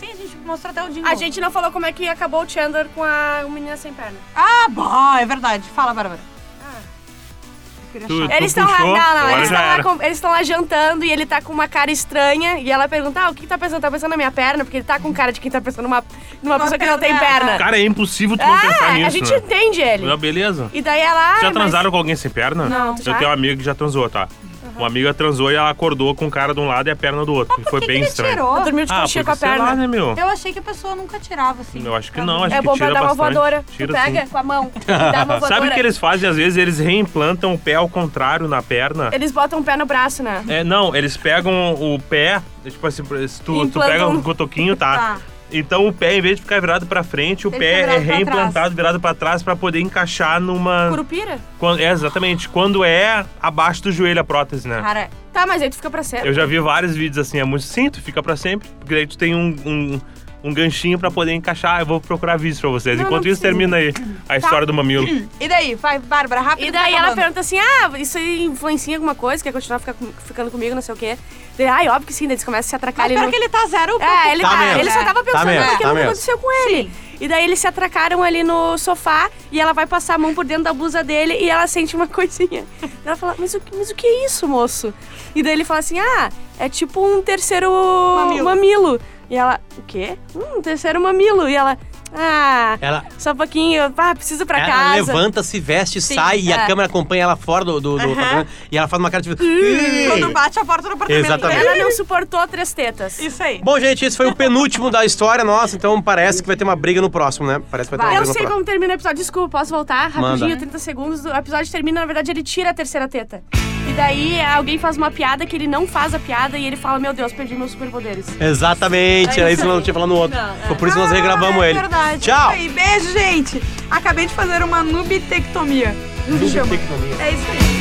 [SPEAKER 2] Sim, a gente mostrou até o jingle.
[SPEAKER 4] A gente não falou como é que acabou o Chandler com a menina sem perna.
[SPEAKER 2] Ah, bom, é verdade. Fala, Bárbara. queria
[SPEAKER 3] Tu-
[SPEAKER 2] achar.
[SPEAKER 4] Eles estão lá,
[SPEAKER 3] puxou,
[SPEAKER 4] não, não,
[SPEAKER 3] agora
[SPEAKER 4] eles
[SPEAKER 3] já
[SPEAKER 4] estão lá,
[SPEAKER 3] era.
[SPEAKER 4] com- eles tão lá jantando e ele tá com uma cara estranha. E ela pergunta: Ah, o que, que tá pensando? Tá pensando na minha perna? Porque ele tá com cara de quem tá pensando numa, numa pessoa que não tem perna.
[SPEAKER 3] Cara, é impossível tu não pensar
[SPEAKER 4] Ah,
[SPEAKER 3] nisso.
[SPEAKER 4] a gente
[SPEAKER 3] né?
[SPEAKER 4] entende ele.
[SPEAKER 3] Não, beleza.
[SPEAKER 4] E daí ela.
[SPEAKER 3] Já
[SPEAKER 4] "Ai, mas-
[SPEAKER 3] transaram com alguém sem perna?
[SPEAKER 4] Não, tu
[SPEAKER 3] Eu
[SPEAKER 4] já?
[SPEAKER 3] tenho uma amiga que já transou, tá? Uma amiga transou e ela acordou com o cara de um lado e a perna do outro. E
[SPEAKER 2] Por
[SPEAKER 3] foi
[SPEAKER 2] que
[SPEAKER 3] bem
[SPEAKER 2] que ele
[SPEAKER 3] estranho.
[SPEAKER 2] tirou?
[SPEAKER 4] Ela dormiu de
[SPEAKER 3] Ah,
[SPEAKER 4] coxinha com a
[SPEAKER 3] porque sei lá,
[SPEAKER 4] perna.
[SPEAKER 3] né, meu?
[SPEAKER 2] Eu achei que a pessoa nunca tirava, assim.
[SPEAKER 3] Eu acho que não, acho
[SPEAKER 4] É
[SPEAKER 3] que
[SPEAKER 4] bom pra
[SPEAKER 3] tira
[SPEAKER 4] dar uma
[SPEAKER 3] bastante.
[SPEAKER 4] voadora. Tu
[SPEAKER 3] Tira,
[SPEAKER 4] pega
[SPEAKER 3] sim.
[SPEAKER 4] com a mão. Dá uma voadora.
[SPEAKER 3] Sabe o que eles fazem? Às vezes eles reimplantam o pé ao contrário na perna.
[SPEAKER 4] Eles botam o pé no braço, né?
[SPEAKER 3] É, não, eles pegam o pé, tipo assim, se tu, tu
[SPEAKER 4] Implantam.
[SPEAKER 3] pega um cotoquinho, tá?
[SPEAKER 2] Tá.
[SPEAKER 3] Então o pé, em vez de ficar virado pra frente, o
[SPEAKER 2] Ele
[SPEAKER 3] pé
[SPEAKER 2] fica
[SPEAKER 3] é
[SPEAKER 2] virado pra
[SPEAKER 3] reimplantado,
[SPEAKER 2] trás.
[SPEAKER 3] virado pra trás, pra poder encaixar numa.
[SPEAKER 4] Curupira?
[SPEAKER 3] Quando- é, exatamente. Quando é abaixo do joelho a prótese, né?
[SPEAKER 2] Cara,
[SPEAKER 4] Tá, mas aí tu fica pra sempre.
[SPEAKER 3] Eu já vi vários vídeos assim, é muito sim, tu fica pra sempre, porque daí tu tem um, um, um ganchinho pra poder encaixar. Eu vou procurar vídeos pra vocês.
[SPEAKER 4] Não, não
[SPEAKER 3] Enquanto isso,
[SPEAKER 4] precisa.
[SPEAKER 3] termina aí a história do mamilo.
[SPEAKER 2] e daí? Vai, Bárbara, rápido.
[SPEAKER 4] E daí
[SPEAKER 2] tá
[SPEAKER 4] ela
[SPEAKER 2] acabando.
[SPEAKER 4] pergunta assim: ah, isso aí influencia em alguma coisa? Quer continuar ficar com- ficando comigo, não sei o quê? Daí, ai, óbvio que sim, daí eles começam a se atracar
[SPEAKER 2] Mas
[SPEAKER 4] ali
[SPEAKER 2] pior
[SPEAKER 4] no-
[SPEAKER 2] que ele tá zero
[SPEAKER 4] É, ele,
[SPEAKER 1] Tá
[SPEAKER 4] ah,
[SPEAKER 1] mesmo.
[SPEAKER 4] ele só tava pensando
[SPEAKER 1] Tá mesmo,
[SPEAKER 4] naquilo
[SPEAKER 1] tá
[SPEAKER 4] que
[SPEAKER 1] mesmo.
[SPEAKER 4] aconteceu com ele. E daí eles se atracaram ali no sofá e ela vai passar a mão por dentro da blusa dele e ela sente uma coisinha. Ela fala, mas o, que- mas o que é isso, moço? E daí ele fala assim, ah, é tipo um terceiro mamilo.
[SPEAKER 2] Mamilo.
[SPEAKER 4] E ela, o quê? Hum, um terceiro mamilo. E ela, ah,
[SPEAKER 1] Ela-
[SPEAKER 4] só um pouquinho, ah, preciso ir pra
[SPEAKER 1] Ela
[SPEAKER 4] casa.
[SPEAKER 1] levanta, se veste, sai e a
[SPEAKER 4] é.
[SPEAKER 1] câmera acompanha ela fora do, do, do apartamento, e ela faz uma cara tipo. "Ih".
[SPEAKER 2] Quando bate a porta do apartamento.
[SPEAKER 1] Exatamente.
[SPEAKER 4] Ela não suportou três tetas.
[SPEAKER 2] Isso aí.
[SPEAKER 1] Bom, gente, esse foi o penúltimo da história nossa, então parece que vai ter uma briga no próximo, né? Parece que vai ter uma
[SPEAKER 4] Eu
[SPEAKER 1] briga
[SPEAKER 4] sei
[SPEAKER 1] no próximo.
[SPEAKER 4] como termina o episódio. Desculpa, posso voltar?
[SPEAKER 1] Manda.
[SPEAKER 4] Rapidinho, 30 segundos. O episódio termina, na verdade, ele tira a terceira teta. E daí é, alguém faz uma piada que ele não faz a piada e ele fala: Meu Deus, perdi meus superpoderes.
[SPEAKER 1] Exatamente,
[SPEAKER 4] É
[SPEAKER 1] era
[SPEAKER 4] isso
[SPEAKER 1] isso que eu não
[SPEAKER 4] aí.
[SPEAKER 1] tinha falado no outro.
[SPEAKER 4] Não, é.
[SPEAKER 1] Foi por isso que nós regravamos
[SPEAKER 2] Ah, é
[SPEAKER 1] ele.
[SPEAKER 2] verdade.
[SPEAKER 1] Tchau!
[SPEAKER 2] Isso aí. Beijo, gente. Acabei de fazer uma nubitectomia. Não chama. É isso aí.